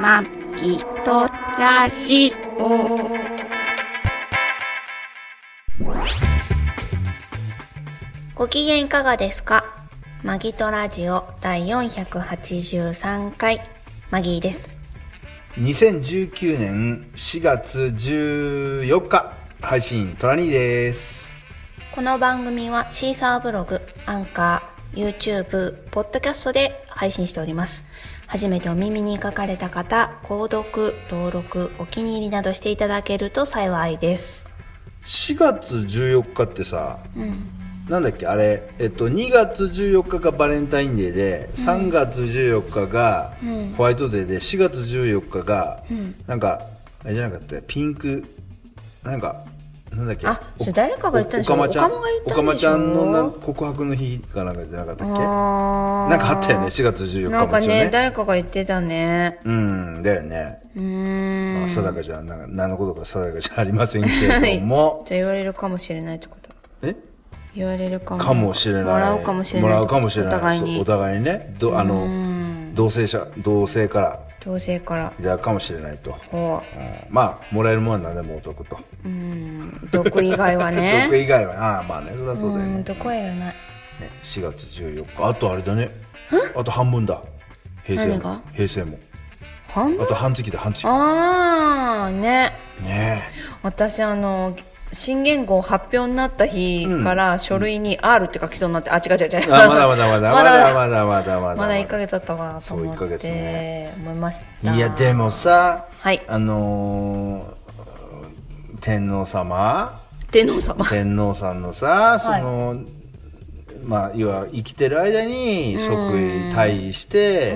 まきとラジオ。ご機嫌いかがですかマギトラジオ第483回、マギーです。 2019年4月14日配信トラニーですこの番組はシーサーブログ、アンカー、YouTube、ポッドキャストで配信しております。初めてお耳に書かれた方、購読、登録、お気に入りなどしていただけると幸いです。 4月14日ってさ、なんだっけあれ、えっと、2月14日がバレンタインデーで3月14日がホワイトデーで4月14日が、なんかあれじゃなかったピンクなんかなんだっけあそれ誰かが言ったんでしょおおかまちゃんおかまが言ったんでしょおかまちゃんのなん告白の日かなんかじゃなかったっけあーなんかあったよね4月14日なんかもちろんね、誰かが言ってたね。うんだよねうーん。まあ、定かじゃ、なんか、何のことか定かじゃありませんけれども、じゃあ言われるかもしれないってことえ言われるかも。かもしれない。もらうかもしれない。もらうかもしれない。お互いそうおに。互いにね、どあの、同性者、同性から同性から。いただくかもしれないと。こうんまあ、もらえるものは何でもお得と。う。うん。毒以外は ね。得以外は、ああ、まあね、そりゃそうだようね。ん、毒はいらない。ね4月14日。あとあれだね。あと半分だ。平成何もが。平成も。半分あと半月だ、半月。あー、ね。ね私、あの、新元号発表になった日から書類に R って書きそうになって、あ、違う違う違え。う。あまだまだま だ、ままだまだだまだまだまだ。まだ1ヶ月だったわ、と思そう1ヶっ月てね、思いました。いやでもさ、はいあのー天 皇様天皇様。天皇さんのさその、まあ要は生きてる間に即位退位して、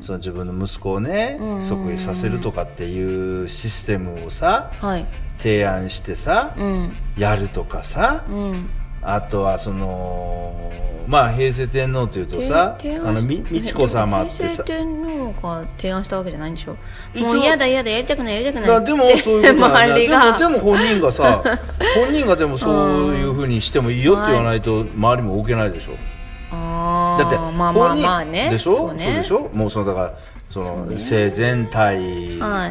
その自分の息子をね、即位させるとかっていうシステムをさはい。提案してさ、うん。やるとかさ、うん。あとはそのまあ平成天皇というとさて提案あのみし美智子様って平成さ天皇が提案したわけじゃないんでしょ一応もう嫌だ嫌だやりたくないやりたくないだでもそういうことなん 周だりよがでもでも本人が さ本人がでもそういうふうにしてもいいよって言わないと周りも置けないでしょあだってーまあまあ本人まあねでしょそうねでしょもうそのだからその性全体はい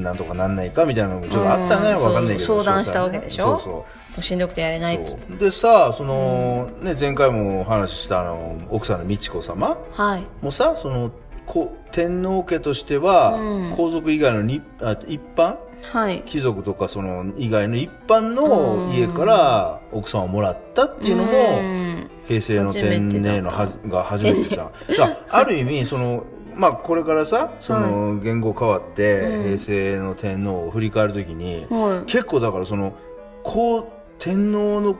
なんとかなんないかみたいなのもちょっとあったねうんわかんないけそどう相談したわけでしょそうそうもうしんどくてやれないっつってそうでさその、ね前回もお話ししたあの奥さんの美智子様はいもさそのこ天皇家としては、皇族以外のにあ一般はい貴族とかその以外の一般の家から奥さんをもらったっていうのもん平成の初天めて皇だのはが初めてじゃん。 だからある意味そのまあこれからさその言語変わって平成の天皇を振り返るときにはい結構だからそのこう天皇の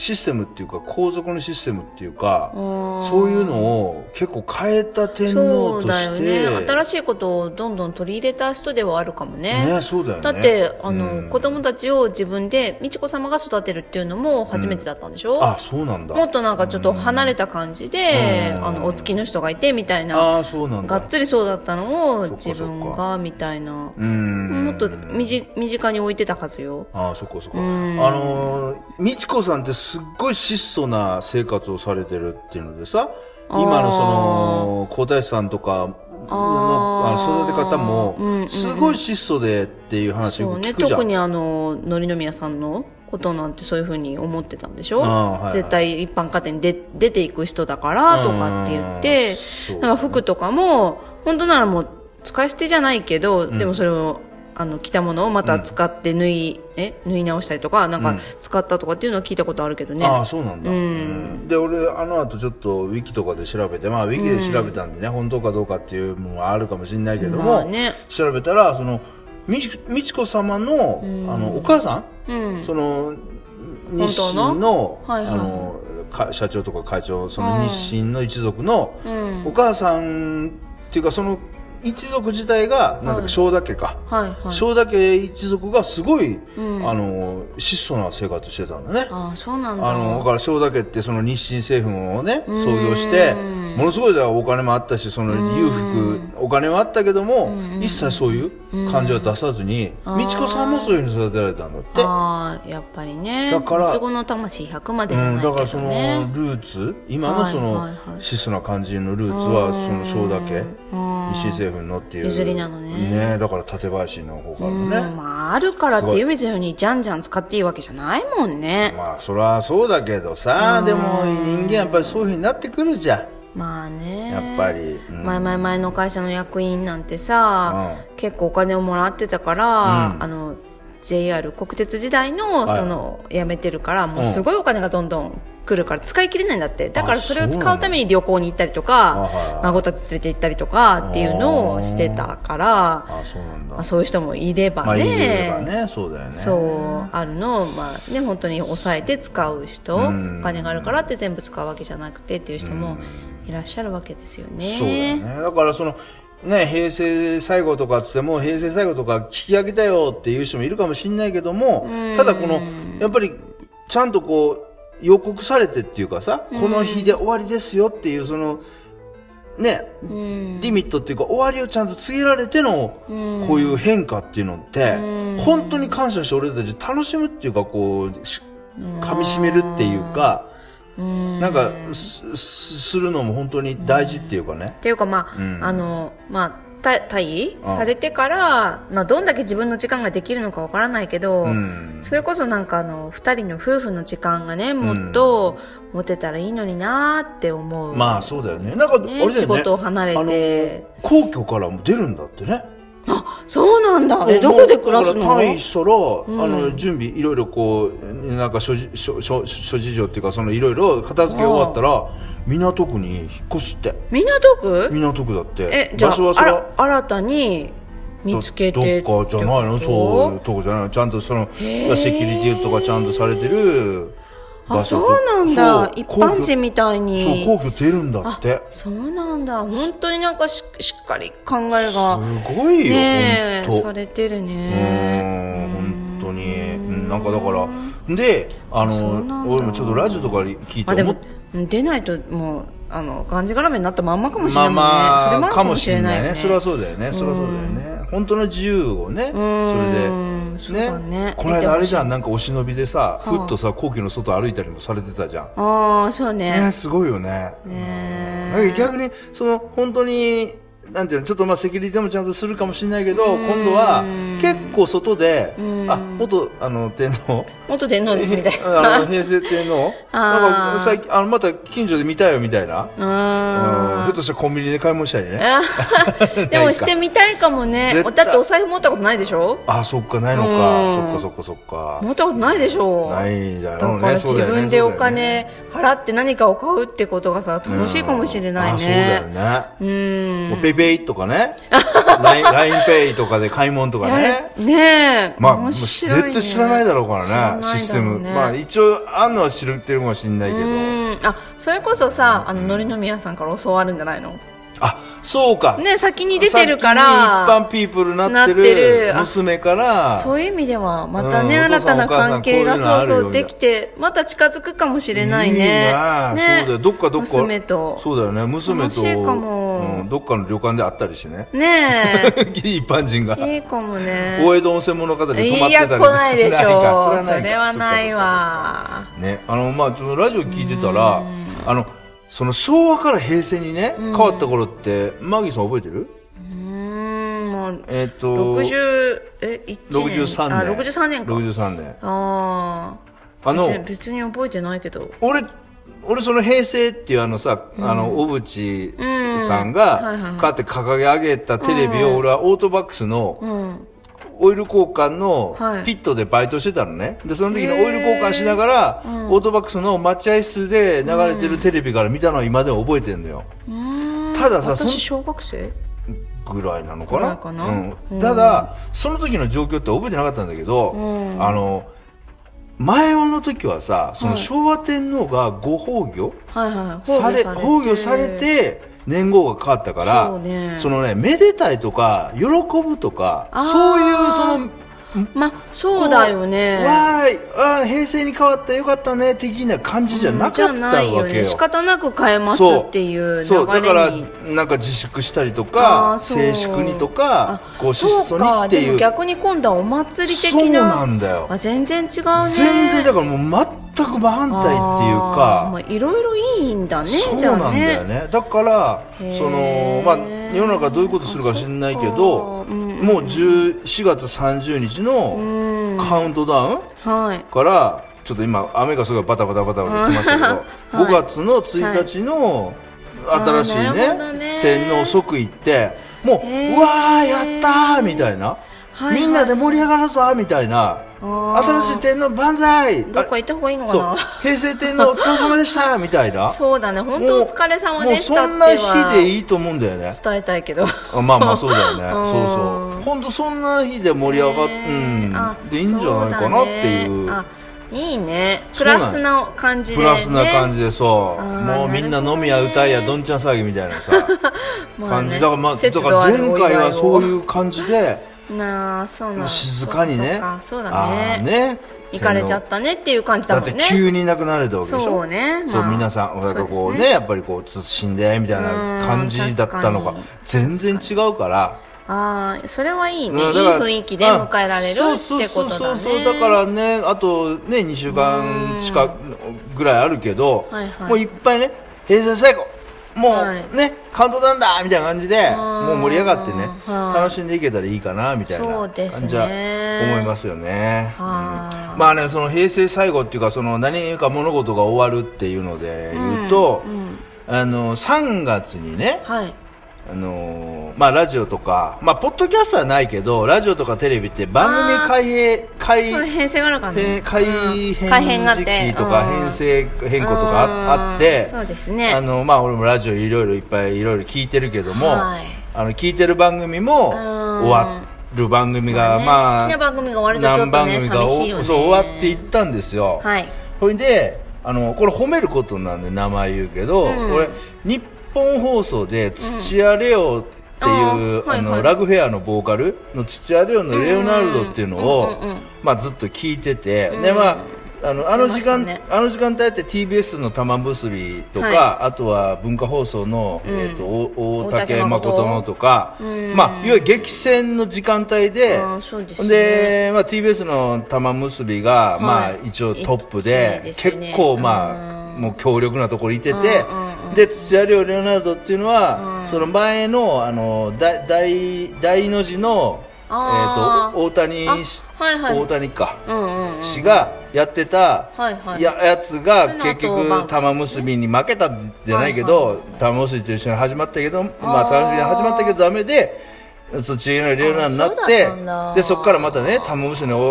システムっていうか皇族のシステムっていうかそういうのを結構変えた天そ皇うとだしよてね新しいことをどんどん取り入れた人ではあるかもねねそうだよねだってあの、うん子供たちを自分で美智子様が育てるっていうのも初めてだったんでしょ、あそうなんだもっとなんかちょっと離れた感じで、うんあのお付きの人がいてみたいなああそうなんがだっつりそうだったのをそっかそ自っか分がみたいなうんもっと身じ身近に置いてたはずよああそっかそっかあのー美智子さんってすっごい質素な生活をされてるっていうのでさ今のその皇太子さんとかのああーの育て方うんうんうんもすごい質素でっていう話そをうね聞くじゃ特んにあののりのみやさんのことなんてそういうふうに思ってたんでしょ、あーはい絶対一般家庭に出出ていく人だからとかって言ってうんそうなんか服とかも本当ならもう使い捨てじゃないけど、でもそれをあの着たものをまた使って縫い、え縫い直したりとかなんか使ったとかっていうのは聞いたことあるけどね、ああそうなんだ、うんで俺あの後ちょっとウィキとかで調べてまあウィキで調べたんでね、本当かどうかっていうのはあるかもしれないけども、まあね調べたらそのみち美智子様の,、あのお母さん、うんそのの日清の,、はいはいあのか社長とか会長その日清の一族のうんお母さんっていうかその一族自体がなんだか正田家か、はいはい正田家一族がすごい、うんあの質素な生活してたんだねああそうなんだあの、だから、正田家ってその日清製粉をね、創業してう、んものすごいだからお金もあったしその裕福お金もあったけども、一切そういう感じは出さずに、美智子さんもそういうふうに育てられたんだってああやっぱりねだから三つ子の魂100までじゃう、なんいけど、ねだからそのルーツ今のそはいはいはのい質素な感じのルーツはその正だけうん日清製粉のっていう譲りなのねだから館林の方からうんのねまあ、あるからっすてごい湯水のようにじゃんじゃん使っていいわけじゃないもんね。まあそりゃそうだけどさでも人間やっぱりそういうふうになってくるじゃんまあね。やっぱりうん前々前の会社の役員なんてさ、結構お金をもらってたから、あの、JR 国鉄時代の、はいその、辞めてるから、もうすごいお金がどんどん来るから使い切れないんだって。だからそれをそう使なんうだために旅行に行ったりとかはいはいは、い孫たち連れて行ったりとかっていうのをしてたから、あそうなんだまあ、そういう人もいれまばあね。言えばねそうだよねそうあるのを、まあね、本当に抑えて使う人、んお金があるからって全部使うわけじゃなくてっていう人もいらっしゃるわけですよね。そうだよね。だからその、ね、平成最後とかっつっても、平成最後とか聞き上げたよっていう人もいるかもしれないけども、ただこの、やっぱり、ちゃんとこう、予告されてっていうかさ、この日で終わりですよっていう、その、ね、リミットっていうか、終わりをちゃんと告げられての、こういう変化っていうのって、本当に感謝して俺たち楽しむっていうか、こう、し噛み締めるっていうか、なんかす、すするのも本当に大事っていうかね。っていうかまあ、あの、まあ、た退位されてから、まあ、どんだけ自分の時間ができるのかわからないけど、んそれこそなんかあの、二人の夫婦の時間がね、もっと持てたらいいのになーって思う。まあそうだよね。なんか、あれだよね。仕事を離れてあの。皇居からも出るんだってね。そうなんだ。え、どこで暮らすのだから退位したら、あの、準備、いろいろこう、なんか諸事、諸諸諸事情っていうか、そのいろいろ片付け終わったら、港区に引っ越すって。港区港区だって。え、じゃ場所はあ、そあれはら新たに見つけてどどっかじゃないのってそういこうとこじゃないのちゃんとそのへーセキュリティとかちゃんとされてるとあ、場所そとうなんだ。そう一般人皇みたい居そうに。皇居出るんだってそうなんだ。本当になんかししっかり考えが、すごいよ、ねえ、ほんさとれてるうね。ーん本当にうんなんかだからであそうなんだの俺もちょっとラジオとか聞いまあでて思もっ、うん出ないともう、あの、がんじがらめになったまんまかもしれなまいあもんね。それもまああるかかももししれれなないいねよね。それはそうだよねそれはそうだよね本当の自由をねそれでうんそうだねねこの間あれじゃんなんかお忍びでさふっとさ皇居の外歩いたりもされてたじゃんああ、そうねね。すごいよね。ねなんか逆に、その、本当に、なんていうの、ちょっとまあセキュリティもちゃんとするかもしれないけど、今度は、結構外で、あ、元、あの、天皇元天皇ですみたい あな。の、平成天皇あーなんか、最近、あの、また近所で見たよ、みたいな。うんうふとしたらコンビニで買い物したりね。あ でもないかしてみたいかもね絶お対だってお財布持ったことないでしょあ、そっか、ないのうか。んそっか、そっか、そ持っったことないでしょか。ないだだかろうらね、そ自うだよね。分でおそうだよね金払って何かを買うってことがさ楽しいかもしれないあそうねだよね。うんもうペイペイと かね。ラインラインペイとかで買い物とかね。ねえまあ、もう面白いね絶対知らないだろう知らかないらね、だろうねシステム。まあ、一応、あんのは知ってるかもしれないけうど。んあそれこそさあののりのみやさんから教わるんじゃないのあ、そうか。ね先に出てるから先に一般ピープルなってなってるるあ娘から、そういう意味ではまたね、うん新たなお父さん関係がお母さそんうそうこういうのあるでよきてまた近づくかもしれないいねいなねそうだよ。どっかどっか。娘とそうだよね。娘楽しと、いかもうんどっかの旅館で会ったりしてね。 ねえ一般人が。 いいかもね。大江戸温泉物語で泊まってたいりや、来ないでし ないかょう。そそれれははなないいかわ。ね、あの、まあ、ちょっとラジオ聞いてたら、あの、その昭和から平成にね、変わった頃って、マギーさん覚えてるうーん、もう、えっ、と、 60、え、1年。 63あ、年。 63年か。 63年。ああ。あの別に、別に覚えてないけど。俺、俺その平成っていうあのさ、あの、小渕さんが、うんはいはいはいかって掲げ上げたテレビを、俺はオートバックスの、うん。オイル交換のはいピットでバイトしてたのね。で、その時へにオーイル交換しながら、オートバックスの待合室で流れてるテレビから見たのは今でも覚えてんのよ。たださ、その私、小学生ぐらいなのかぐらないかなうん、ただ、その時の状況って覚えてなかったんだけど、あの前和の時はさその昭和天皇がご崩御はいはい。され崩御され。て年号が変わったからそうねのねめでたいとか喜ぶとかあーそういうそのまあそうだよねわーいあー平成に変わったよかったね的な感じじゃなかったわけよ,、ね仕方なく変えますっていう流そうだかれらになんか自粛したりとあーかそう静粛にとかこう質そ素うにかってでいもう逆に今度はお祭り的なそうなんだよあ全然違うね全然だかからもう全く真反対っていうかまあ、いろいろいいんだねそうじゃなあんだよねねだからへーその、まあ、世の中どういうことするか知らないけあそっど、かうんうんもう10 4月30日うのカウントダウンはいからちょっと今雨がすごいバタバタバタバタ来ましたけど、 はい5月の1日の新しいあーね,、なるほどね天皇即位ってもう、へーうわーやったーみたいな、はいはいみんなで盛り上がるぞーみたいなあー新しい天皇万歳どっか行った方がいいのかそうな平成天皇お疲れ様でし たみたいなそうだね本当お疲れ様でしたってもうそんな日ではいいと思うんだよね伝えたいけどあまあまあそうだよねうんそうそう本当そんな日で盛り上がっ、ねあうんでいいんじゃないかなっていそうだねあいいねプそうなラのスな感じで、プね、ラスな感じでそう、あーもうみんな飲みや歌いやどんちゃん騒ぎみたいなさ まあ感ねじだからまあだ節か度あるらお前祝回はそうういう感じでなあそうなの静かにそねうかそうだああねね行かれちゃったねっていう感じだだっもてんね急になくなれたわけでしょそうねまあそう皆さんなんかこうねやっぱりこう慎んでみたいな感じだったのうかん確全然違うからああそれはいいねいいうんだから雰囲気で迎えられるってことだうんねそうそうそうそうだからねあとね2週間近くぐらいあるけど、はいはいもういっぱいね平成最後もはいうね、カウントダウンだみたいな感じでーもう盛り上がってねはい楽しんでいけたらいいかなみたいなそうですね感じは思いますよね。はあまあねその平成最後っていうかその何か物事が終わるっていうので言うと、あの3月にね、はいあのーまあ、ラジオとか、まあ、ポッドキャストはないけど、ラジオとかテレビって番組改編、改そういう、編成があるからね変改うん改変変があっ時て期とかうん編成変更とかああって、そうですねあの、まあ、俺もラジオいろいろいっぱいいろいろ聞いてるけども、はいあの、聞いてる番組もん終わる番組が、ねまあ、好きな番組が終わるとちょっとね何番組がお寂しいよねそう、終わっていったんですよ。はいほいであのこれ褒めることなんで名前言うけど、ん俺日本放送で土屋レオっていう、うんあーはいあのはいラグフェアのボーカルの土屋レオのレオナルドっていうのを、うんうんうんまあ、ずっと聞いてて、でまああのあの時間、出ましたねあの時間帯って TBS の玉結びとか、はあとは文化放送の、えー、とお大竹大竹誠のとか、うんまあ、いわゆる激戦の時間帯であーそうですねでまあ、TBS の玉結びが、まあ、一応トップ一で位です結ね構まあもう強力なところにいてて、うんうんうんで土屋亮レオナルドっていうのは、その前のあの大大大の字の、えあーー、と大谷あし、はいはい大谷か、うんうんうん氏がやってた、はいはいややつが結それの後番局組玉結びに負けたんじゃないけど、はい玉結びと一緒に始まったけどまあーあ玉結び始まったけどダメでそっちのレオナになっあそうだったんだてでそこからまたね玉結びのお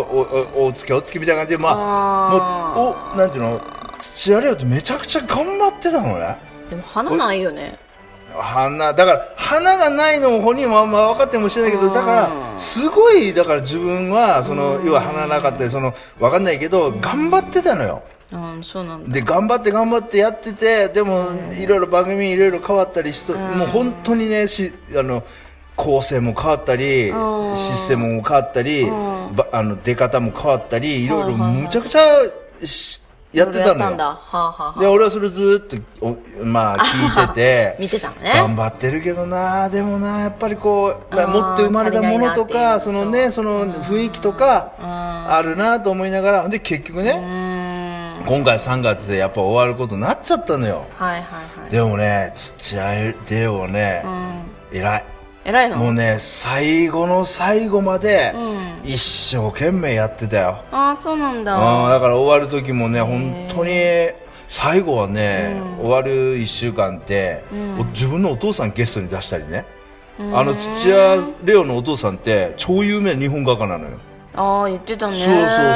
おおおつけおつけみたいな感じでまああもうおなんていうの土屋レオってめちゃくちゃ頑張ってたのねでも花ないよね花だから花がないのも本人もあんま分かってもしれないけうどんだからすごいだから自分はその要は花なかったりその分かんないけど頑張ってたのようんそうなんだで頑張って頑張ってやっててでもいろいろ番組いろいろ変わったりしともう本当にねしあの構成も変わったりうんシステムも変わったりんばあの出方も変わったりいろいろはいはいはいむちゃくちゃしやってたいろいろやったんのだよはあはあはあで俺はそれずっとおまあ聞い てて見てたのね頑張ってるけどなでもなやっぱりこうなあー持って生まれたものとか足そりないなっていうのねその雰囲気とかんあるなと思いながらで結局うねーん今回3月でやっぱ終わることになっちゃったのよはいはいはいでもね土屋レオね偉い偉いのもうね最後の最後までう一生懸命やってたよああそうなんだあーだから終わる時もね本当に最後はね、終わる1週間って、お自分のお父さんゲストに出したりね、あの土屋レオのお父さんって超有名な日本画家なのよ、ああ言ってたねそう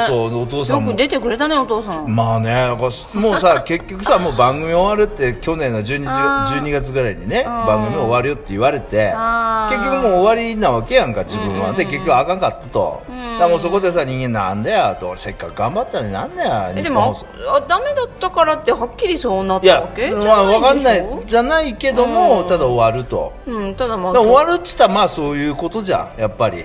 そうそうお父さんよもく出てくれたねお父さんまあねだからもう さ結局さもう番組終わるって去年の12あ月 ,12 月ぐらいにね番組終わるよって言われてあー結局もう終わりなわけやんか自分は、で結局あかんかったと、だからもうそこでさ人間なんだよと俺せっかく頑張ったのになんだよえ日で本放も送あダメだったからってはっきりそうなっいたわやけじゃまあわかんないでしょじゃないけども、ただ終わるとうんただまあだから終わるっつったらまあそういうことじゃんやっぱりう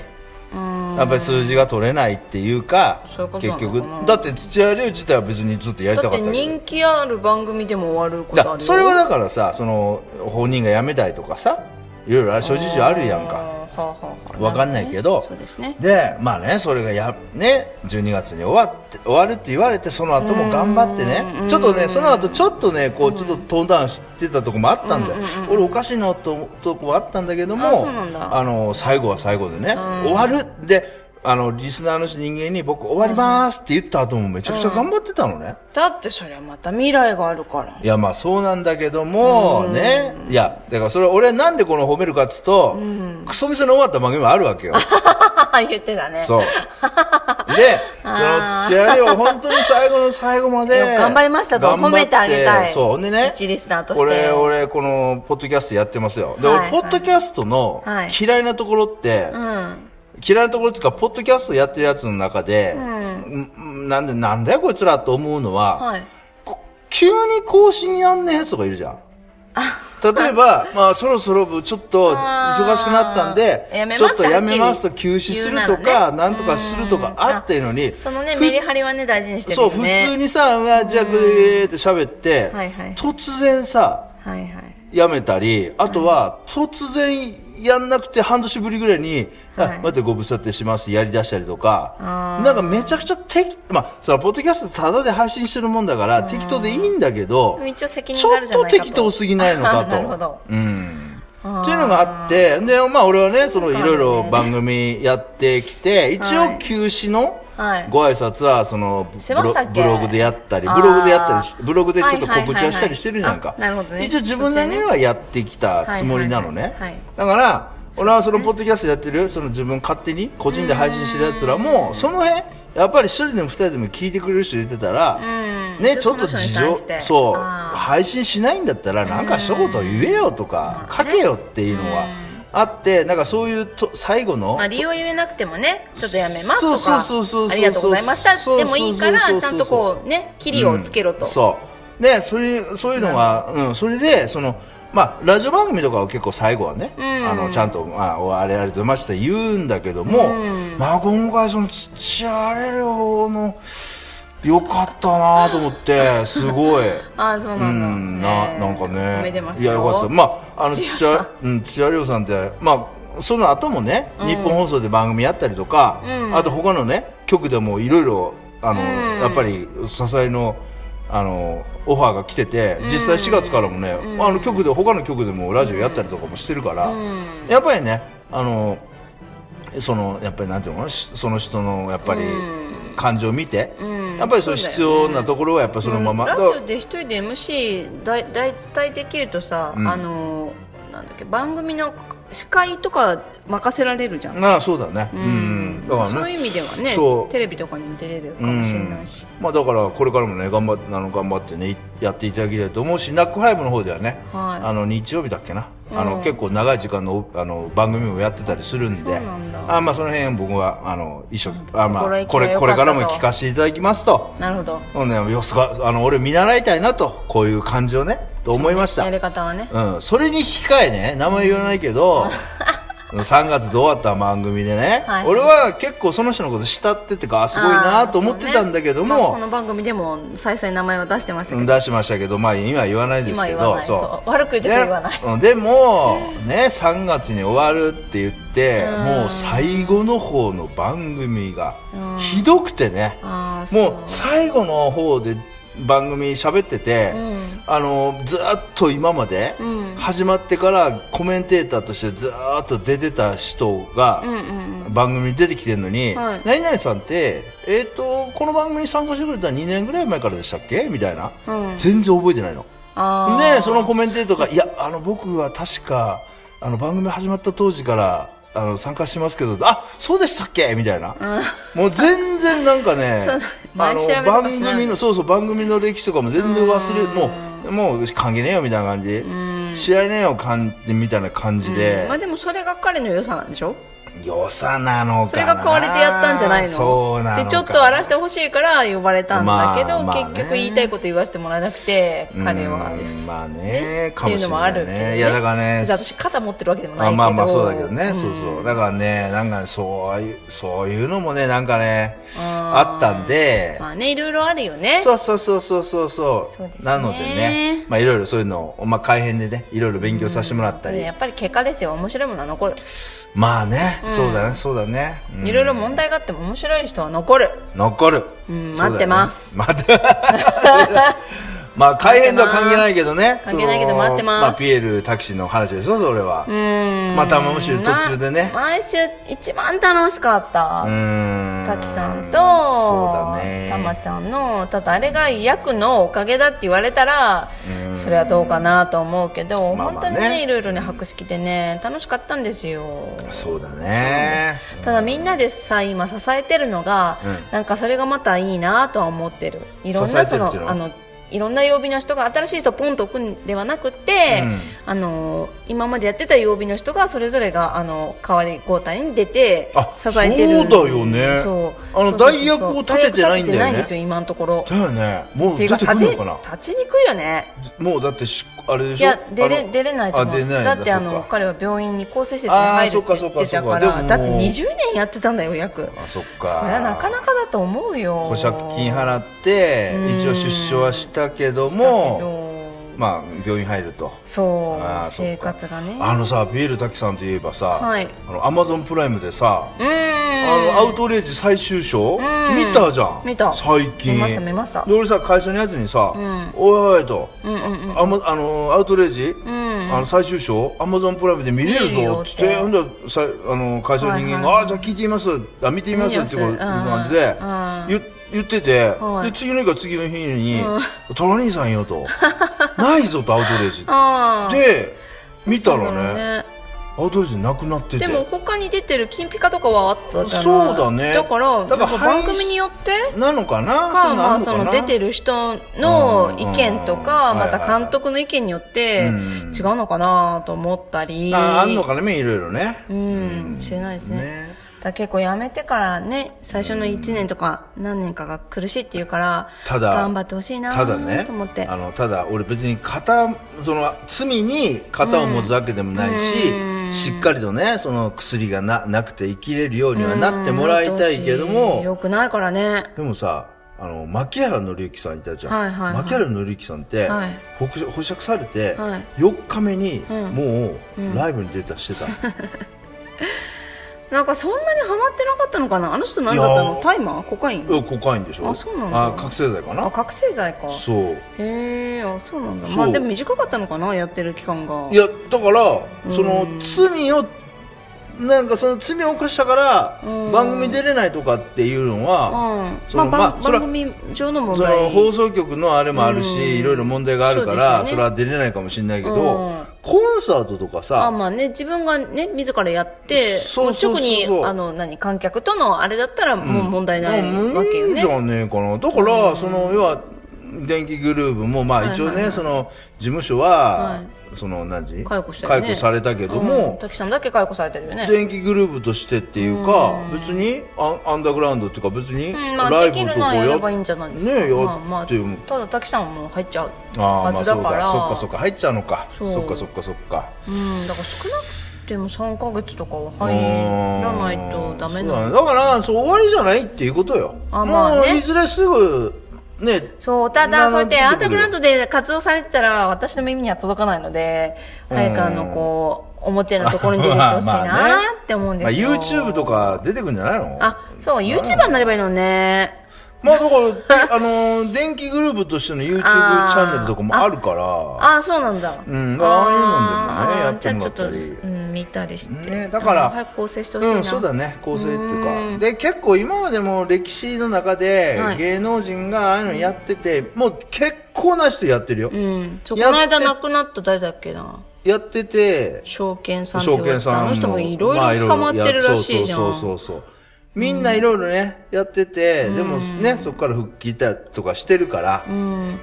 ーんやっぱり数字が取れないっていうかそういうことな結のかな局だって土屋龍自体は別にずっとやりただかっったてけど人気ある番組でも終わるこだとあるよそれはだからさその本人が辞めたいとかさいろいろある諸事情あるやんあーかはあはあはあわかんないけどそうですねでまあねそれがやね12月に終わって終わるって言われてその後も頑張ってねちょっとねその後ちょっとねこうちょっとトーンダウンしてたとこもあったんだよ俺おかしいなと思うとこはあったんだけどあもそうなんだあの最後は最後でね終わるであのリスナーの人間に僕終わりますって言った後もめちゃくちゃ頑張ってたのねだってそれはまた未来がある からいやまあそうなんだけどもねいやだからそれ俺なんでこの褒めるかっつうとクソ店の終わった番組もあるわけよ言ってたね そう。で、その土屋を本当に最後の最後まで。頑張りましたと頑張って褒めてあげたいそう。ほんでね。一リスナーとして俺、俺、この、ポッドキャストやってますよ。で、はい俺、ポッドキャストのはい嫌いなところって、うん嫌いなところっていうか、ポッドキャストやってるやつの中で、んなんで、なんだよこいつらと思うのは、はいこ急に更新やんねえやつとかいるじゃん。例えば、まあ、そろそろちょっと忙しくなったんであーやめ、ますちょっとやめますと休止する言とうなか、なんとかするとかあってのに、そのねふメリハリはね大事にしてるそう、よ普ね通にさ、うわじゃあ、ぐえーって喋ってはいはい、突然さ、はいはいやめたり、あとは、突然やんなくて半年ぶりぐらいに、はいあ待ってご無沙汰してますやり出したりとかあ、ーなんかめちゃくちゃ適、まあ、そのポッドキャストただで配信してるもんだから、適当でいいんだけど、一応責ち任があょるっじゃとないかと適当すぎないのか と。なるほどうん。っていうのがあって、で、まあ俺はね、そのいろいろ番組やってきて、一は応い休止のはいご挨拶は、そのブしまロしたっブけログでやったり、あブーログでやったりし、ブログでちょっとはいはいはいはい告知はしたりしてるじゃんかあ。なるほどね一応自分なりにはやってきたつもりなのはいねはいはいはい。だから、俺はそのポッドキャストやってる、その自分勝手に個人で配信してる奴らも、その辺、やっぱり一人でも二人でも聞いてくれる人いてたら、うんね、ちちょょっっととその人事に情対して、そう、あー配信しないんだったら、なんか一言言えよとか、書けよっていうのはあって、なんかそういうと最後のまあ、、理由を言えなくてもねちょっとやめますとそうそうそうそうそうかありがとうございましたでもいいかそうそうらちそうゃそんうとこうねキリをつけろと、うんそう。で、それ、そういうのが、うん、それで、その、まあ、ラジオ番組とかは結構最後はね、あの、ちゃんと、まあ、おあれあれ出ました言うんだけども、まあ、今回その、土屋レオの、よかったなと思って、すごい。ああそううなんだ、ん、な、えーなんかね。おめでますいや、よかった。まあ、あの、土屋土さ屋ん、うん、土屋亮さんって、まあ、その後もね、日本放送で番組やったりとか、あと他のね、局でもいろいろ、あの、うんやっぱり、支えの、あの、オファーが来てて、実際4月からもね、あの局で、他の局でもラジオやったりとかもしてるから、やっぱりね、あの、その、やっぱりなんていうのかな、しその人の、やっぱり、感情を見て、んやっぱりそそうだよねの必要なところはやっぱりそのまま、ラジだからオで一人で MC だい大体できるとさ、うんあのなんだっけ番組の司会とか任せられるじゃん、なあそうだねうん、だからねそういう意味ではねそうテレビとかにも出れるかもしれないし、まあだからこれからもね頑張っあの頑張ってねやっていただきたいと思うしナックハイブの方ではね、はいあの日曜日だっけな、あの結構長い時間のあの番組もやってたりするんでそうなんだあまあその辺僕はあの一緒、あま心あ意気こがれ良こかったとれからも聞かせていただきますと。なるほどうんね、よすがあの俺見習いたいなとこういう感じをねと思いましたやり方はねうん、それに引き換えね、名前言わないけど、3月どうあった番組でね、はい俺は結構その人のこと慕っててか、あすごいなと思ってたんだけどあーそうねまあも、この番組でも再々名前を出してましたけど、出しましたけど、まあ今は言わないです今け言わど、ないそう悪く言う時は言わないねうんでも、ね、3月に終わるって言って、もう最後の方の番組がひどくてね、ああもう最後の方で番組喋ってて、んあのずーっと今までん始まってからコメンテーターとしてずーっと出てた人がうんうん番組に出てきてるのに、はい何々さんって、えー、とこの番組に参加してくれた2年ぐらい前からでしたっけみたいな、うん全然覚えてないの。あーでそのコメンテーターが「いやあの僕は確かあの番組始まった当時からあの参加してますけどあそうでしたっけ?」みたいな、もう全然なんかね そうあ前調べのとか番しない組のそうそう番組の歴史とかも全然忘れもうもう関係ねえよみたいな感じ試合ねえよかんみたいな感じで、まあでもそれが彼の良さなんでしょ良さなのかなそれが買われてやったんじゃないのそうなのかでちょっと荒らしてほしいから呼ばれたんだけど、まあまあね結局言いたいこと言わせてもらえなくて彼はうんですまあねっていうのもあるけど、かもしれないねね、いやだからね別に私肩持ってるわけでもないあけどまあまあそうだけどね、そうそうだからねなんかねそういうそういうのもねなんかねあったんで、まあねいろいろあるよねそうそうそうそうそうそうそうですねなのでねまあいろいろそういうのを、まあ、改編でねいろいろ勉強させてもらったり、やっぱり結果ですよ面白いものは残る、まあね、そうだねそうだね、うんいろいろ問題があっても面白い人は残る残る、んそうだよね待ってます待って まあ改編とは関係ないけどね関係ないけどその待ってますまあ、ピエールタクシーの話でしょそれはまたもし途中でねま毎週一番楽しかった、うん滝さんとそうだねたまちゃんのただあれが役のおかげだって言われたらそれはどうかなと思うけど、まあま本あね当にねいろいろね博識でね楽しかったんですよそうだねただみんなでさ今支えてるのが、うんなんかそれがまたいいなとは思ってるいろん支えなてそるっのていうのはあのいろんな曜日の人が新しい人をポンと置くんではなくて、うんあの今までやってた曜日の人がそれぞれがあの代わり交代に出てあ支えてるそうだよねそうあのそうそうそう代役を立ててないん代役立てだよねてないんですよ今のところだよねもうてい出うかてく立るてのかな立ちにくいよねもうだってしあれでいしょや出あれの出れないと思うあ出れないんだだってあそのっか彼は病院に抗生施設に入るって言ってたからあーそっかそっかそっかでもだって20年やってたんだよ役あそっかそりゃなかなかだと思うよ保釈金払ってうん一応出所はしたけどもまもあまあ病院入るとそあーうそっ生か活がねあのさビエル滝さんといえばさ、はいあのアマゾンプライムでさ、うーんあのアウトレイジ最終章、ん見たじゃん見た最近見ました見ましたで俺さ会社のやつにさ「んおいおい」と、うんうんうんあまあのアウトレイジ、んあの最終章アマゾンプライムで見れる見れるよぞっってて言ってほんだらさあの会社の人間がはいはい「はいああじゃあ聞いてみます」あ「見てみます」ってこうい見うてみます感じでうん言言ってて、はいで次の日か次の日に「トラ兄さんよ」 と「ないぞ」とアウトレイジあーで見たらそうだねアウトレイジなくなっててでも他に出てる金ピカとかはあったじゃないそうだねだからなだからんか番組によってなのかなか、まあ、そそうなのかなの出てる人の意見とか、うんまた監督の意見によってうん違うのかなと思ったり、ああんのかねいろいろねうん、知れないですね。ねだから結構やめてからね、最初の1年とか何年かが苦しいっていうから、ただ頑張ってほしいなただねと思って。あのただ俺別に肩その罪に肩を持つわけでもないし、しっかりとねその薬がななくて生きれるようにはなってもらいたいけどうんよもくないからね。でもさあの牧原紀之さんいたじゃん、はいはいはい牧原紀之さんって、はい保釈保釈されて、はい4日目にんもうライブに出たしてた、 なんかそんなにハマってなかったのかなあの人何だったいのやタイマーコカインうんコカインでしょあそうなんだあ覚醒剤かあ、な覚醒剤か。そうへえ、あ、そうなんだ。そうまあでも短かったのかなやってる期間が。いやだからその罪をなんかその罪を犯したから番組出れないとかっていうのはうん。そまあのばまんあそれ番は組上の問その題。放送局のあれもあるしいろいろ問題があるかそうらですよねそれは出れないかもしれないけうどんコンサートとかあさまあね、自分がね、自らやって、そうそうそうもうそう直に、あの、何、観客とのあれだったら、もう問題ないわけようんね。じゃねえかなだからその要は電気グルーヴもまあ一応はいはいはねいその事務所ははいその何時解雇したよね解雇されたけどうもん、滝さんだけ解雇されてるよね。電気グループとしてっていうか、別にアアンダーグラウンドっていうか別にうん、まあ、ライできブのるとのこはやれやばいいんじゃないですか。ねえやまあまあっても、ただ滝さんはもう入っちゃうああはまあずそだうから。だそっかそっか入っちゃうのかそうそっかそっかそっかうん、だから少なくても3ヶ月とかは入らないとダメそうだ,、なの。ね、だからそう終わりじゃないっていうことよあまあねもういずれすぐねそう、ただ、なそうやってなアっンダてーくグるラウンドで活動されてたら、私の耳には届かないので、早くあの、こう、表のところに出てってほしいまあまあなねって思うん でまあ、すよ。 YouTube とか出てくるんじゃないのあ、そう、YouTuber になればいいのね。まあだから あのー電気グループとしての YouTube チあーャンネルとかもあるからあ、そうなんだ。うんああいうのでもねやあーってもらったりじゃあちょっと、うん、見たりして。ねだからうん早く構成してほしいな。うん、そうだね構成っていううかんで結構今までも歴史の中ではい芸能人がああいうのやってて、もう結構な人やってるよ、うん。そうこやっての間亡くなった誰だっけな。やってて証券さんって証言われ券たさんあの人もいろいろ捕まってるらしいじゃん。まあいろいろやそうそうそうそうみんないろいろね、やってて、でもね、そこから復帰したりとかしてるから、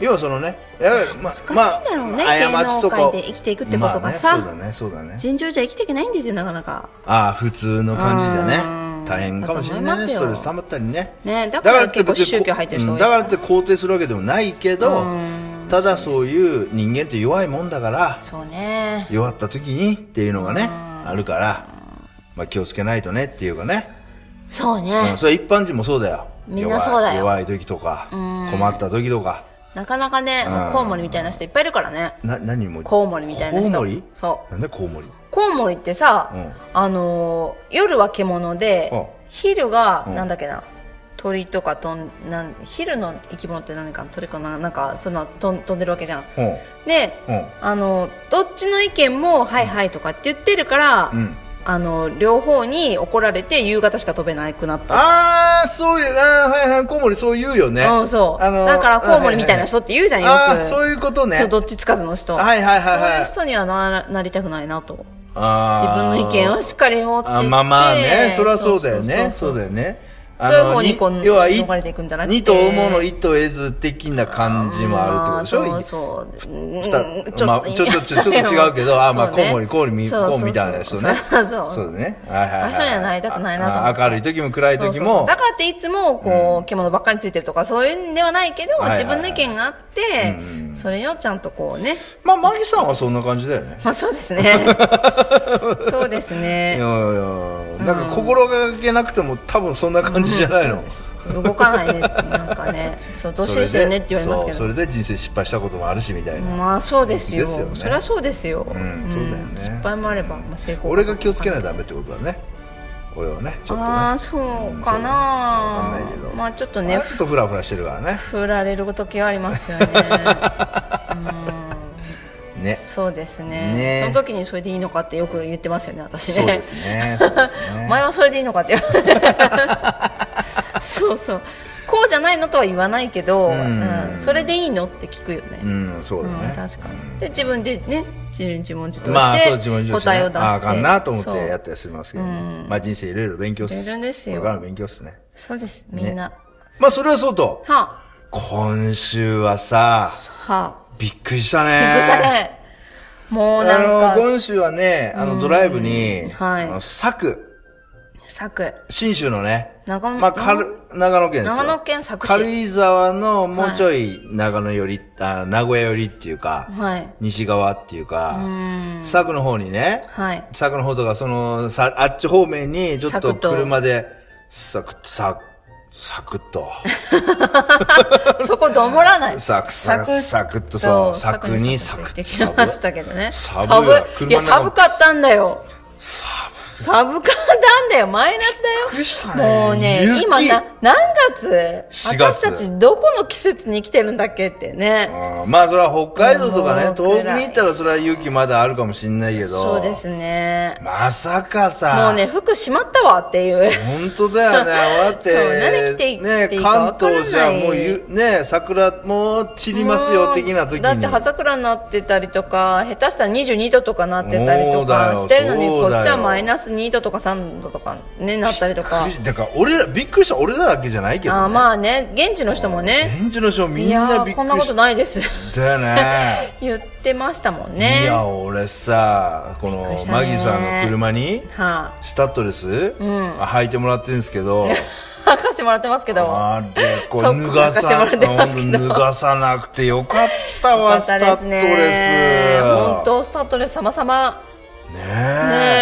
要はそのね、やま難しいんだろうねまあ過ちとか芸能界で生きていくってことがさまあね、そうだね、そうだね。尋常じゃ生きていけないんですよ、なかなか。ああ、普通の感じじゃうんね。大変かもしれだないと思いまね。すよストレス溜まったりね。ねだからって別に結構宗教入ってる人多いしだからって肯定するわけでもないけどうん、ただそういう人間って弱いもんだから、そうね。弱った時にっていうのがね、あるから、まあ気をつけないとねっていうかね。そううねん。それ一般人もそうだよ。みんなそうだよ弱い弱い時とか、困った時とか。なかなかね、もうコウモリみたいな人いっぱいいるからね。な、何も。コウモリみたいな人コウモリそうなんでコウモリコウモリってさ、うんあのー夜は獣でうん、昼が、うんなんだっけな、鳥とかとん、なん、昼の生き物って何か、鳥かな、なんか、そんなとん飛んでるわけじゃん。うん。で、うん。あの、どっちの意見も、はいはいとかって言ってるから、うん。あの、両方に怒られて夕方しか飛べなくなった。あー、そういう、あー、はいはい、コウモリそう言うよね。うん、そう。あのーだからコウモリみたいな人って言うじゃん、よく。あー、そういうことね。そうどっちつかずの人。はいはいはいそうはいいう人にはななりたくないなと。自自分の意見をしっかり持ってってあまあまあね、そりゃそうだよね。そうだよね。あのそういう方にこうに要は逃れていくんじゃなくて二と思うの一と得ず的な感じもあるってことでしょまあそうそううんふたまあちょっとちょっと違うけどあまあ そうねコウモリコウモリそうそうそうコウみたいな人ねそうそうそうだね。はいはい、はい。場所にはなりたくないなと思ってああ明るい時も暗い時そも。うそうそうだからっていつもこう、獣ばっかりついてるとかそういうんではないけど、はいはい自分の意見があって、それをちゃんとこう ねまあ、マギさんはそんな感じだよね。まあそうですねそうですいやいねや、なんか心がけなくても多分そんな感じじゃないの。うんそうです動かないねなんかねそうどっしりしてるねって言われますけどそれでそうそれで人生失敗したこともあるしみたいな。まあそうですよですよねそりゃそうですよ、んそうだよね失敗もあれば、まあ、成功俺が気をつけないとダメってことだね。俺はね、ちょっとね。ああそうかなうんそうだねわかんないけどまあちょっとまねあちょっとフラフラしてるからね。振られる時はあります よねね。そうですねねその時にそれでいいのかってよく言ってますよね私ねそうです ね。そうですね。前はそれでいいのかって そうそうこうじゃないのとは言わないけど、んうんそれでいいのって聞くよね、うん、そうだうんね。確かにで自分でね自分自問自答まあ、そうし自て分自身答えを出して、ああかんなと思ってやそうったりしますけどね。まあ人生いろいろ勉強っす。いろいろですよこれからの勉強っすね。そうですみんな、まあそれはそうと。は今週はさ、あはあびっくりしたね。びっくりしたねもうなんかあの、今週はね、あの、ドライブに、はいあの、佐久、佐久新州のね、長野まあ、軽、長野県ですよ。長野県佐久市軽井沢のもうちょい長野より、あ名古屋よりっていうか、はい西側っていうか、佐久の方にね、はい佐久の方とか、その、さ、あっち方面に、ちょっサとクと車で、サク、サク、サクッ と、そこどもら ないサクサク、サクッと、そう、サクにサクってッきと。ましたけどね。ササブやブ、いや、車の中も寒かったんだよ。サ寒かったんだよ。マイナスブびっくりしただよ。ね。もうね、雪今な、何月4月私たちどこの季節に来てるんだっけってね。うんまあそれは北海道とかもね、う東北に行ったらそれは勇気まだあるかもしんないけど。そうですね。まさかさ。もうね、服しまったわっていう。本当だ よね。だって。そう何着ていねっていいか関東じわゃからないもうゆ、ね桜もう散りますよ、的な時に。だって葉桜になってたりとか、下手したら22度とかなってたりとかそしうだてよるのに、そうこだよっちはマイナス2度とか3度とかね、なったりとかびっくり。しだから俺ら、びっくりした俺らだけじゃないけど、ね。あーまあね、現地の人もね、現地の人みいんやなびーっくこんなりことしないです。 たよね。言ってましたもんね。いはや、俺さ、こびっくのりし、たマねギさんの車に、あ、スタッドレス、あ履いてもらってるんですけど、吐かしてもらってますけど。あれ、こソれック脱スながんかしてもらさ、ってますけど脱がさなくてよかったわ、スタッドレス。本当スタッドレス様々。ねえ。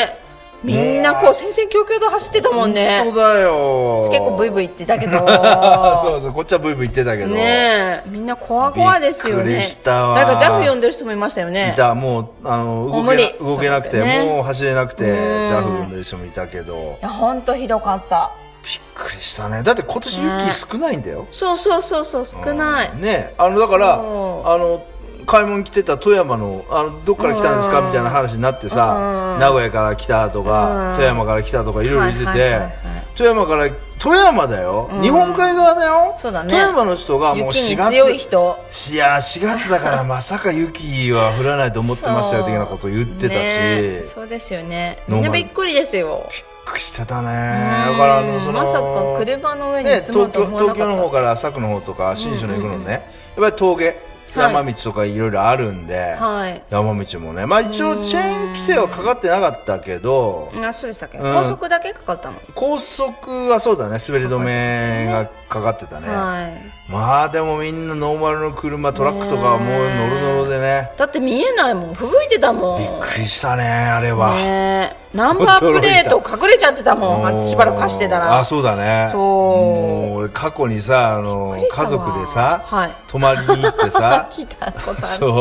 ねみんなこう戦々恐々と走ってたもん本ね。当だよ。結構ブイブイイ。言ってたけど。 そうそう、こっちはブイブイ言ってたけど。ねえ、みんなコアコアですよね。びっくりしたわ誰かジャフ呼んでる人もいましたよねい。た、もう、あの、もう動けな無理動けなくて、ねもう走れなくて、うんジャフ呼んでる人もいたけどい、や、ほんとひどかった。びっくりしたね。だって今年雪少ないんだよ。そうそうそうそう、少ない。ねあの、だから、あそうの、買い物来てた富山の、あの、どっから来たんですかうんみたいな話になってさう、ん名古屋から来たとうかん、富山から来たとかいろいろ言ってはいはいてはいはい、富山から、富山だよ。日本海側だよ。そうだね富山の人がもう雪4に月。強い人。いやー4月 だからまさか雪は降らないと思ってましたよそう的なこと言ってたし、ねびっそうですよねノみーマんなルびっくりですよくくしただねだからあのそのまさか車の上にね、積も東るとは思わ京な東京かのっ方から佐久の方とか新州の行くのね、やっぱり峠山道とかいろいろあるんで、たはい山道もねまあ一応チェーン規制はかかってなかったけど、あそうでしたっけ、うん高速だけかかったの高速はそうだね滑り止めがかかってたねはいまあでもみんなノーマルの車トラックとかはもうノロノロでねだって見えないもん吹雪いてたもんびっくりしたねあれは、ねえナンバープレート隠れちゃってたもんあしばらく走ってたらあそうだねそうもう俺過去にさあのびっくりした家わ族でさ、はい泊まりに行って さ来たことあるそう、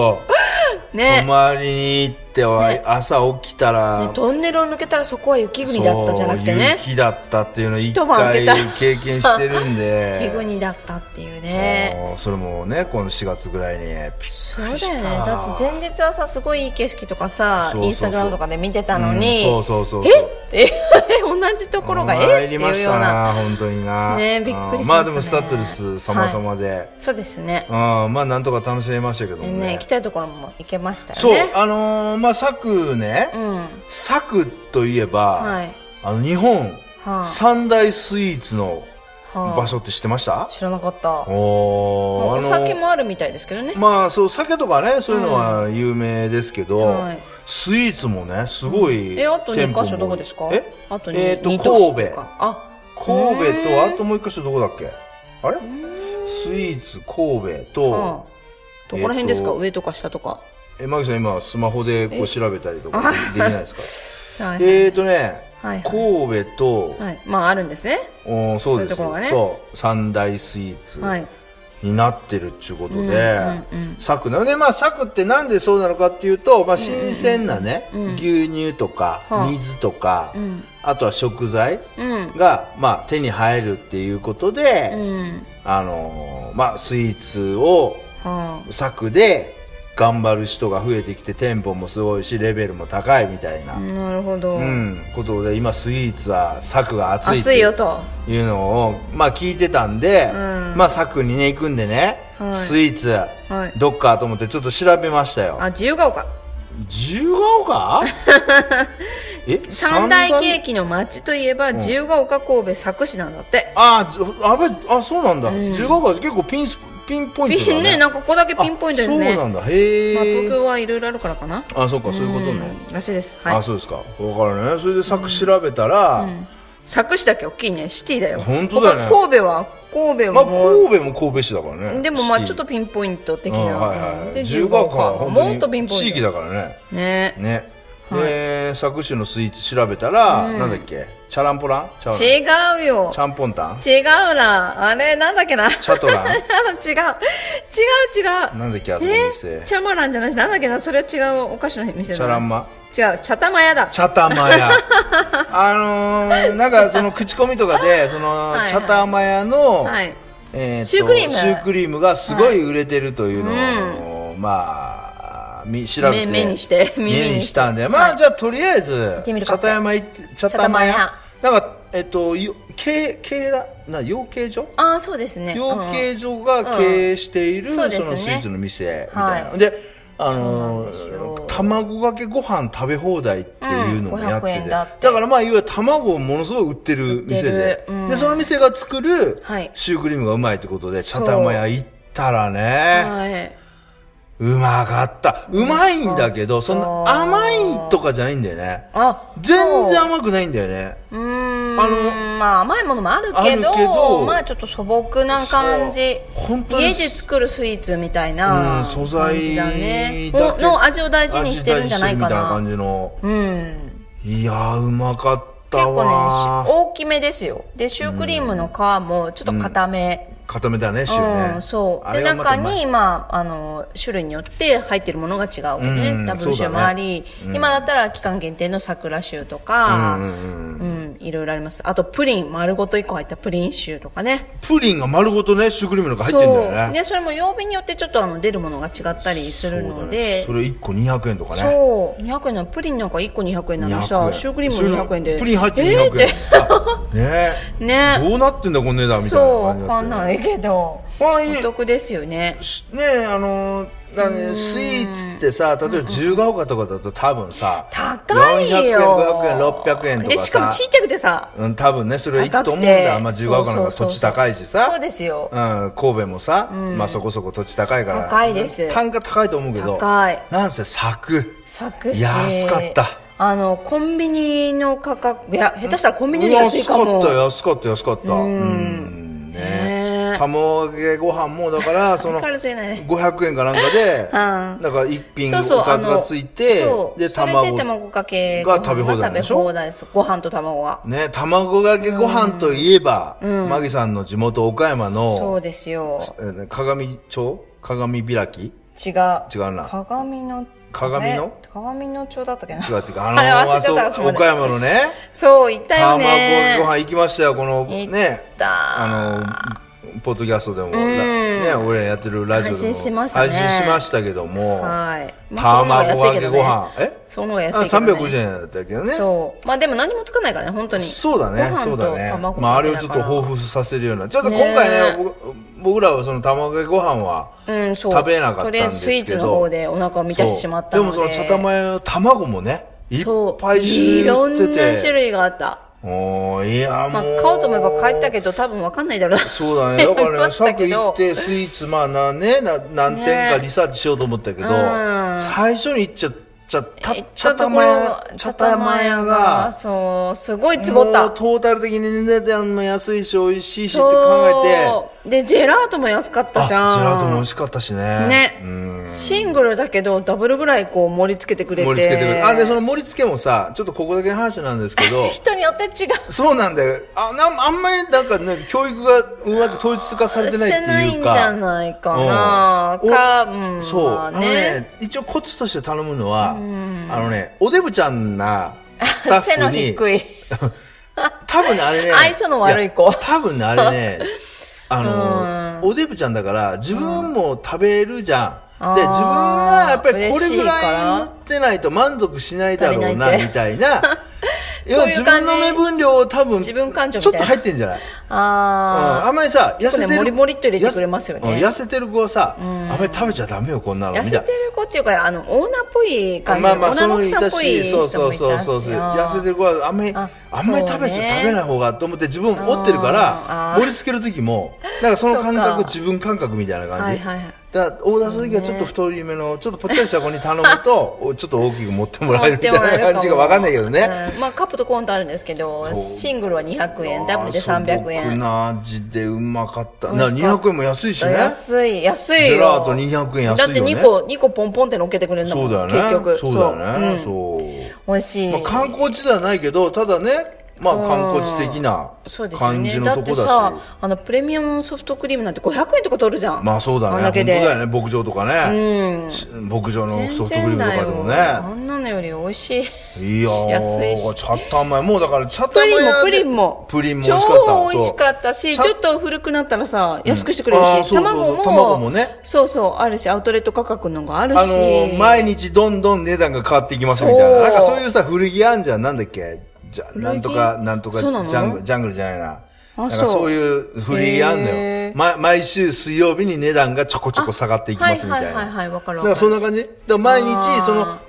泊ねまりに行っては、朝起きたら、ねトンネルを抜けたらそこは雪国だったじゃなくてねそう雪だったっていうのを一一晩明け回た経験してるん で雪国だったっていうねもうそれもねこの4月ぐらいにびっくりしそうただよねだって前日はさすごいいい景色とかさそうそうそうインスタグラムとかで見てたのに、うんそうそうそうそうええ 同じところがえ参ってりいうましよたうなな本当になねびっくりしましたねうんまあでもスタッドレス様々で、そうですねうんまあなんとか楽しめましたけどもねね行きたいところも行けましたそう、よねあのーまあ昨ね、うん昨といえば、はいあの日本はあ三大スイーツのはあ場所って知ってました、知らなかったおーお酒あもあるみたいですけどねのまあそう酒とかねそういうのは有名ですけど、はいスイーツもねすごいえあと店2舗も箇所どこですかえあとえーと2都市神と戸かあ神戸へとーあともう一箇所どこだっけあれスイーツ神戸と、はあどこら辺ですか、えーと上とか下とかえマギさん今スマホでこう調べたりとかできないですかはいえーとね、はい神戸と、はいまああるんですねおーそうそういですうところがねそう三大スイーツはいになってるっちゅうことで、うんうんうんサクなのでまあサクってなんでそうなのかっていうと、まあ、新鮮なね、牛乳とか、はあ水とか、うんあとは食材うんが、まあ、手に入るっていうことで、うんあのーまあスイーツをはサクで頑張る人が増えてきて店舗もすごいしレベルも高いみたいな、あうんなるほど、ことで今スイーツはサクが熱いって暑いういよというのを、まあ聞いてたんで、うんまあ作にね、行くんでね、はいスイーツ、いどっかと思ってちょっと調べましたよ。あ自由が丘自由 が丘え三大ケーキキの街といえば自由が丘神戸佐久市なんだって、ああ、ずあべ、あ、そうなんだ。自由が丘って結構ピンス、ピンポイントだピね。ンねなんかここだけピンポイントですあねそうなまあ、んだ。へえ、東京はいろいろあるからかなあ、そうか、そういうことね。うんらしいですはあ、いそうですか。だからね、それで作調べたら、佐久市だけ大きいねシティだよ本当だね他神戸は神戸まあはもう、神戸も神戸市だからね。でもまあ四季ちょっとピンポイント的うな、んはいはい。で自自由由がが丘丘ははもっ本と当ピンにポイント地域だからね。ねね、で作詞のスイーツ調べたら、なんだっけチャランポランチャランチ違うよャンポンタン違うなあれなんだっけな違うチャトラ 違う違うン なんだっけあそこのえ店チャマランじゃないしなんだっけなそれは違うお菓子の店チだャランマ違うチャタマヤだチャタマヤ あのー、なんかその口コミとかでそのはいはいチャタマヤの、はいえーとシュークリームシュークリームがすごい売れてるというのを、まあみ調べて目目にして目耳にしてにしたんでまあ、じゃあとりあえずてみる茶か田山行って茶田山茶屋玉なんかえっとよけけいらな養鶏場ああそうですね養うん鶏場が経営している、うんそそうのですねスイーツの店みたいな、はであのそうなんですよ卵かけご飯食べ放題っていうのもやってて、うん500円だだってからまあいわゆる卵をものすごい売ってる店で売ってるうんでその店が作るはいシュークリームがうまいってことで、チそャうタマヤ行ったらね、はうまかったうまいんだけどそんな甘いとかじゃないんだよねいあ全然そう甘くないんだよねうーんああののまあ甘いものもあるけどあるけどまあちょっと素朴な感じそう本当に家で作るスイーツみたいうんな素感材じだねだけおの味を大事にしてるんじゃないか味な大事にしてるみたいな感うじのんいやー、うまかった結構ねしわ。大きめですよでシュークリームの皮もちょっと固め、うん固めだね、塩ね。そう。あで、れがまた中うまに、いまあ、あの、種類によって入ってるものが違うわけね。うんダブルシューもあり、今だったら期間限定の桜シューとか、うんうん、いろいろあります。あと、プリン、丸ごと1個入ったプリンシューとかね。プリンが丸ごとね、シュークリームの中入ってんだよそう。ね。で、それも曜日によってちょっとあの出るものが違ったりするので、そそう,、うだねそれ1個200円とかね。 200円なの、プリンなんか1個200円なのに200さ、円シュークリームも200円で。プリン入ってえー200円。てねねどうなってんだ、この値段そみたいな感じう、にわかなってんね。ないけど、このお得ですよね。ねあのーだからね、スイーツってさ、例えば自由が丘とかだと多分さ、高いよ400円、500円、600円とかさ。で、しかもちっちゃくてさ、うん、多分ね、それはいいと思うんだよ。あんま自由が丘なんかそ土うそうそう地高いしさ。そうですようん、神戸もさ、まあそこそこ土地高いから。高いです単価高いと思うけど。高いなんせ柵。作詞。安かった。あの、コンビニの価格、いや、下手したらコンビニより安いかも。安かった、安かった、安かった。うん。ねねえ卵かけご飯も、だ から、その、わかるせないね500円かなんかで、 うんなんか一品そうそう、おかずがついて、そうで、それで卵。卵かけが食べ放題なんでしょ食べ放題です。ご飯と卵が。ね、卵かけご飯といえば、マギさんの地元岡山その、うですよ。えー鏡町鏡開き違う。違うな鏡の、鏡のあれ鏡の町だったっけな。違うっていうか、 あれあの、忘れちゃったあ私そもね岡山のね、そう、行ったよ卵かね。けご飯行きましたよ、この、行っね、だあの、ポッドキャストでも、ね、俺らやってるラジオでも配信しましたね配信しましたけども、はい。まあその方が卵安いかけけどごね。飯、えその方が安いあけどね。 350円だったけどね。そう。まあでも何もつかないからね、本当に。そうだねご、飯そうとだね。卵まあ、あれをちょっと豊彷富彿させるような。ちょっと今ね回ね、僕僕らはその卵かけご飯は、うん、そう。食べなかったんでとりすけどあえずスイーツの方でお腹を満たしてしまったので。そうでもその茶玉屋の卵もね、いっそう。ぱいいろん種類売ってて。な種類があった。おーいや、まあもう。、買おうと思えば買ったけど、多分わかんないだ ろうな。そうだ ね。だか思いらまね、しさったきけ行どって、スイーツ、まあ、なね、な何点かねリサーチしようと思ったけど、ん最初に行っちゃった、た行っ茶たとこ玉ろ屋、茶玉屋が、そう、すごいつぼったもう。トータル的に値段も安いし、美味しいしって考えて、そう。で、ジェラートも安かったあ、じジゃん。ェラートも美味しかったしね。ねうん。シングルだけど、ダブルぐらいこう盛り付けてくれて。、盛り付けてくれる。あ、で、その盛り付けもさ、ちょっとここだけの話なんですけど 人によって違う。そうなんだよ。あ、なんあんまりなんかね、教育がうまく統一化されてないってないいんうじか。ゃないかうんな。か、おうん。そう、まああのね、一応コツとして頼むのは、あのね、おデブちゃんなスタッフに、背の低い。多分ね、あれ ね。愛想の悪い子や多分ね、あれ ね、あの、おデブちゃんだから、自分も食べるじゃん。んで、あー自分がやっぱりこ嬉しれいぐかららい持ってないと満足しないだろうな、足りないってみたいな。要 そうはいう自感分じの目分量を多分、自分感情みちょたっいなと入ってんじゃないうんああんまりさ、痩せてちょっとねる。もりもりっと入れてくれますよね痩せうん痩せてる子はさ、あんまり食べちゃダメよ、こんなの。あ。みた痩いせてなる子っていうか、あの、オーナーっぽい感じ。まあまあ、オーナそーのの子奥いさんたっぽいし、人そうそもういたし。そうそうそう、痩せてる子はあんまり、ああんまりそう食ねべちゃ、食べない方がと思って自分折ってるかうんらあ、ー盛り付ける時も、なんかその感そっか覚、自分感覚みたいな感じ。はいはいはいだからオーダーする時はちょっと太りめの、ちょっとぽっちゃりした子に頼む と、おちょっと大きく持ってもらえるみたいな感じがわかんないけどね。うんまあカップとコーンとあるんですけど、シングルは200円、ダブルで300素朴円。な味でうまかった。美な味しかった200円も安いしね。安い、安いよ。ジェラート200円安いよねだって2個、二個ポンポンって乗っけてくれるんだもそん。うだよね。結局。そうだよね。そうそう。うん美味しい。まあ、観光地ではないけど、ただね、まあ観光地的なそうですよ感ね。じだのとってこだし。さ、あの、プレミアムソフトクリームなんて500円とか取るじゃん。まあそうだね。あん本だ当けだで。よね。牧場とかね。うん。牧場のソフトクリームとかでもね。あんなのより美味し い。いや安いしー、チャッタンマイ。もうだから、チャップタンリンマイも屋プで。リンも。プリンも美味しかった。超美味しかったし、そうちょっと古くなったらさ、安くしてくれるあーそうし、そうそう卵も。卵もねそうそう、あるし、アウトレット価格のがあるし。あのー、毎日どんどん値段が変わっていきますみたいそな。うなんかそういうさ、古着あんじゃん。なんだっけじゃ、なんとか、なんとか、ジそうなのャングル、ジャングルじゃないな。あなんかそうそういう古着あんのへよー。ま、毎週水曜日に値段がちょこちょこ下がっていきますみたいな。はいはいはいはいわかるだわかるからそんな感じ。だから毎日、その、あ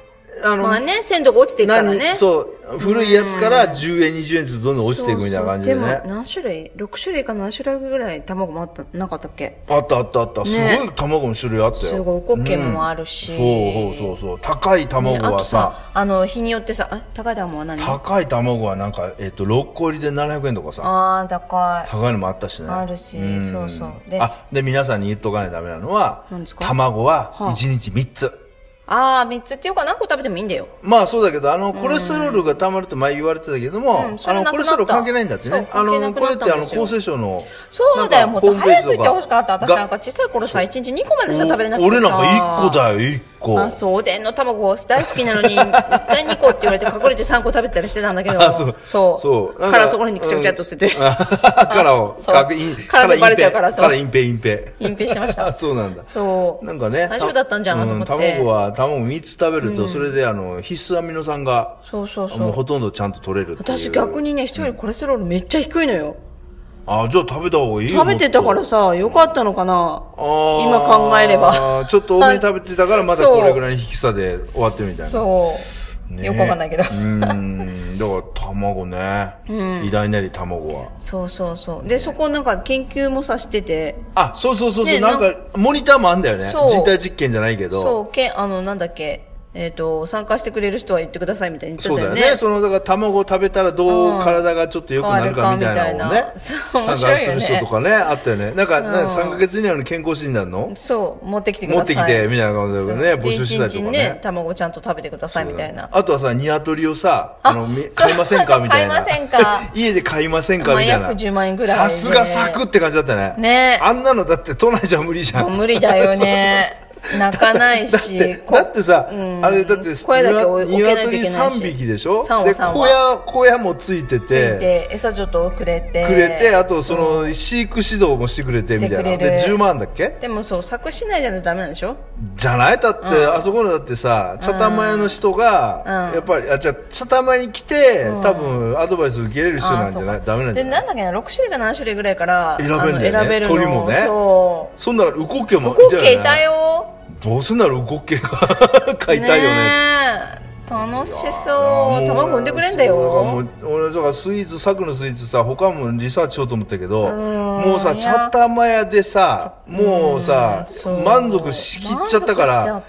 あの、まあね、鮮度が落ちていくからね。何、そう、古いやつから10円、20円ずつどんどん落ちていくみたいな感じでね。そうそうも、何種類 ?6 種類か7種類ぐらい卵もあった、なかったっけあったあったあった。すごい卵の種類あったよ。すごい、おこけもあるし。そうそうそうそう。高いね卵あとはさ、さ、あの、日によってさ、あ高い卵は何高い卵はなんか、えっと、6個入りで700円とかさ、ああ、高い。高いのもあったしね。あるしんそうそうであ、で、皆さんに言っとかないとダメなのは何です、か卵ははあ1日3つ。ああ、3つっていうか何個食べてもいいんだよ。まあそうだけど、あの、コレステロールが溜まるって前言われてたけども、うんそあれの、なくなったコレステロール関係ないんだってねそ。うあの、関係なくこれなっってたあんの、ですよ厚生省の、そうだよ、なんもかっと早く言ってほしかった。ホームページと私なんか小さい頃さ、1日2個までしか食べれなくてさ。俺なんか1個だよ、1個。あ、そう、おでんの卵大好きなの に、絶対2個って言われて隠れて3個食べてたりしてたんだけど。あそうそう。そうなんかからそこら辺にくちゃくちゃっと捨てて。 からを、そうかく隠殻でバレちゃうからそうから隠蔽、隠蔽。隠蔽してまし あ、た。そうなんだ。そう。なんかね。大丈夫だったんじゃん、うと思って。卵は、卵3つ食べると、それであの、必須アミノ酸が、そうそうそうもうほとんどちゃんと取れるっていう。私逆。にね、人よりコレステロールめっちゃ低いのよ。あじゃあ食べた方がいいよ食べてたからさ、よかったのかな今考えれば。ばちょっと多めに食べてたからまだこれぐらいの引きさで終わってみたいなそう。ねよくわかんないけどう。ーんだから卵ね、偉大なり卵はそうそうそう。で、そこなんか研究もさしてて、あそうそうそうそう、ねなんなかモニターもあんだよねそう人体実験じゃないけどそう、けん、あの、なんだっけ、えっ、と、参加してくれる人は言ってくださいみたいに言ってそうただよよね。ねそのだから卵を食べたらどううん体がちょっと良くなるかみたいなのを変ねわるかみたいなそう面参加白いすよるね人とかねあったよねなんか、うんなんか3ヶ月以内の健康診断のそう持ってきてく持ださってい。きてみたいな感じそうでね募集したりとでか一日ねね、卵ちゃんと食べてくださいみたいな。あとはさ、ニワトリをさ、あの、みそう買いませんかみたいな。買いませんか家で買いませんかみたいな。まあ約10万円ぐらいでさすがサクって感じだったね。ねあんなのだって都内じゃ無理じゃ。もうん無理だよね。泣かないだってし、こ だってさ、うんあれだって、声だけ置い置けないといけないし。鶏3匹でしょ三で、羽三小羽屋、小屋もついてて、ついて、餌ちょっとくれて。くれて、あとそそうの、飼育指導もしてくれて、みたしいてな。くれるで、10万だっけでもそう、作しないじゃダメなんでしょじゃないだって、あそこのだってさ、茶玉屋の人が、うんやっぱり、あ、じゃあ茶玉屋に来て、多分アドバイス受けれる人なんじゃないあーそうかダメなんじで、ゃないなんだっけな、6種類か7種類ぐらいから、選べんだよねあの選べるの。鳥もねそう。そんなら、ウコッケもウコッたケいよねたよ。どうすんだろう、ウコッケが 買いたいよね。ねえ楽しそう。卵産んでくれんだよ。そうだからもう俺、だからスイーツ、サクのスイーツさ、他もリサーチしようと思ったけど、んもうさ、い茶や玉屋でさ、もうさそう、満足しきっちゃった満足しかちゃらっ、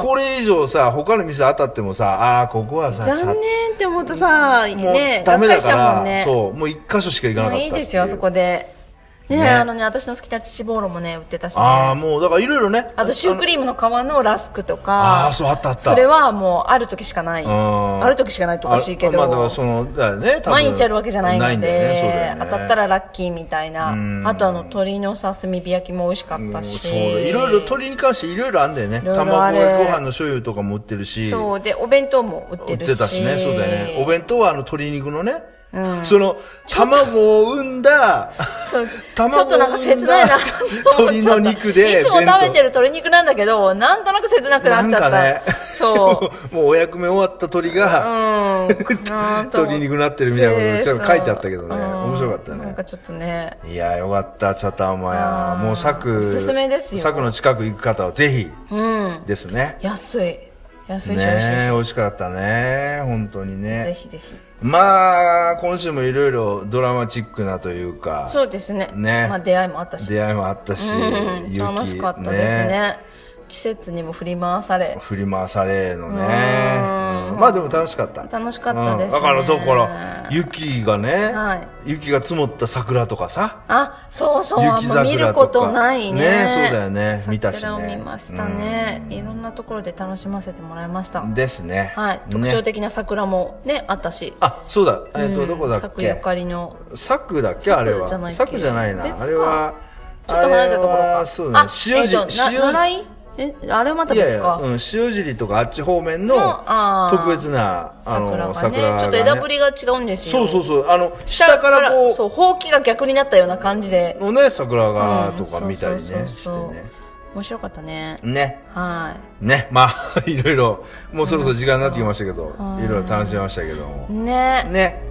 たこれ以上さ、他の店当たってもさ、ああー、ここはさ、茶残念って思うとさ、もうね、ダメだがっりかしちゃうら、もんね。そう、もう一箇所しか行かなかもったっうていいいですよ、あそこで。ねねあのね、私の好きなチボーロもね、売ってたしね。ああ、あもう、だからいろいろね。と、シュークリリームの皮のラスクとあか。あ、そう、あったあった。それはもう、ある時しかない。うんある時しかないとおかしいけど。あまあ、だからその、だよね、多分毎日あるわけじゃないないのんだよね、そうだでよ、ね。当たったら、らラッキーみたいなうん。あとあの、鶏のさ、炭火焼きも美味しかったし。そうだ。いろいろ、鳥に関していろいろあんだよね。いろいろあ卵るやご飯の醤油とかも売ってるし。そう。で、お弁当も売っ売てってるし。たしね、そうだよね。お弁当はあの鶏肉のね、うん その、卵を産んだ、そう卵ちょっとなんか切ないな。鶏の肉でいつも弁当食べてる鶏肉なんだけど、なんとなく切なくなっちゃった。なんかねそう。 もうお役目終わった鳥 うが、ん。鶏肉になってるみたいなことちょっと書いてあったけどね。面白かったなんねか。ちょっとね。いや、よかった、茶玉あ屋。ーもう柵、おすすめですよ柵の近く行く方はぜひうん。ですね。安い。安ねいし、美味しいえし。美味しかったね。本当にぜね。ひぜひ。まあ、今週もいろいろドラマチックなというか、そうですね。ねまあ出会いもあったし。出会いもあったし、うん雪楽しかったですね。季節にも振り回され。振り回されのね。うんまあでも楽しかった。楽しかったですねうんだから、だから、雪がね、は雪が積もった桜とかさ、あ、そうそう。あ雪んま桜とか見ることないね。ねそうだよね見たしね桜を見ましたね、いろんなところで楽しませてもらいました。ですね。はい。特ね徴的な桜もね、あったし。あ、そうだ。えっ、と、どこだっ咲くゆけかりの。柵だっけあれは。じゃないっけ柵じゃないな。別かあれは、ちょっと離れたところあか。はそうだね。あ、塩えっ、尻、と、な、塩習いえ、あれはまたいやい別や、か。うん、塩尻とかあっち方面ののあー特別な、あ桜がの、ね桜がね。ちょっと枝ぶりが違うんですそよ。うそうそう。あの、下からこ、そうう、ほうきが逆になったような感じで。のね、桜がうんとか見たりそうそね、うしてそうそうね。面白かったね。ね。はい。ね。まあ、 いろいろ、もうそろそろ時間になってきましたけど、いろいろ楽しみましたけども。ね。ね。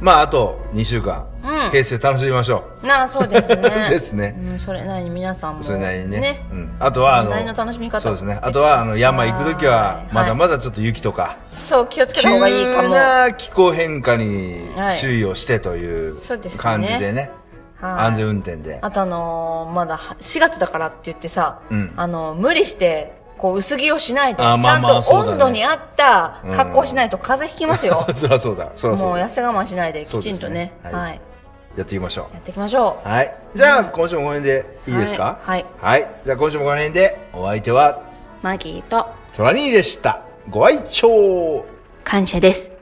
まあ、あと2週間、うん平成楽しみましょう。。なあ、そうですね ですねうん、それなりに皆さんも。それなりにね。ね。うん。あとは、あそれの、なりの楽しみ方そうですね。あとは、あの、山行くときははい、まだまだちょっと雪とか、そう、気をつけ急た方がいいかも。な気候変化にはい注意をしてというそうですね感じでね。はい安全運転で。あとあのーまだは4月だからって言ってさ、うんあのー無理して、こう、薄着をしないで、あーちまあゃんまあとそうだね温度に合った格好をしないと風邪ひきますよ。 そりゃそうだ。そりゃもそううだ。痩せ我慢しないで、そきうですちねんとね、ははいい、やっていきましょやっていきましょう。はい。じゃあ、今週もこの辺でいいですかはいはい。じゃあ、今週もこの辺で、お相手はマギーとトラニーでした。ご愛聴感謝です。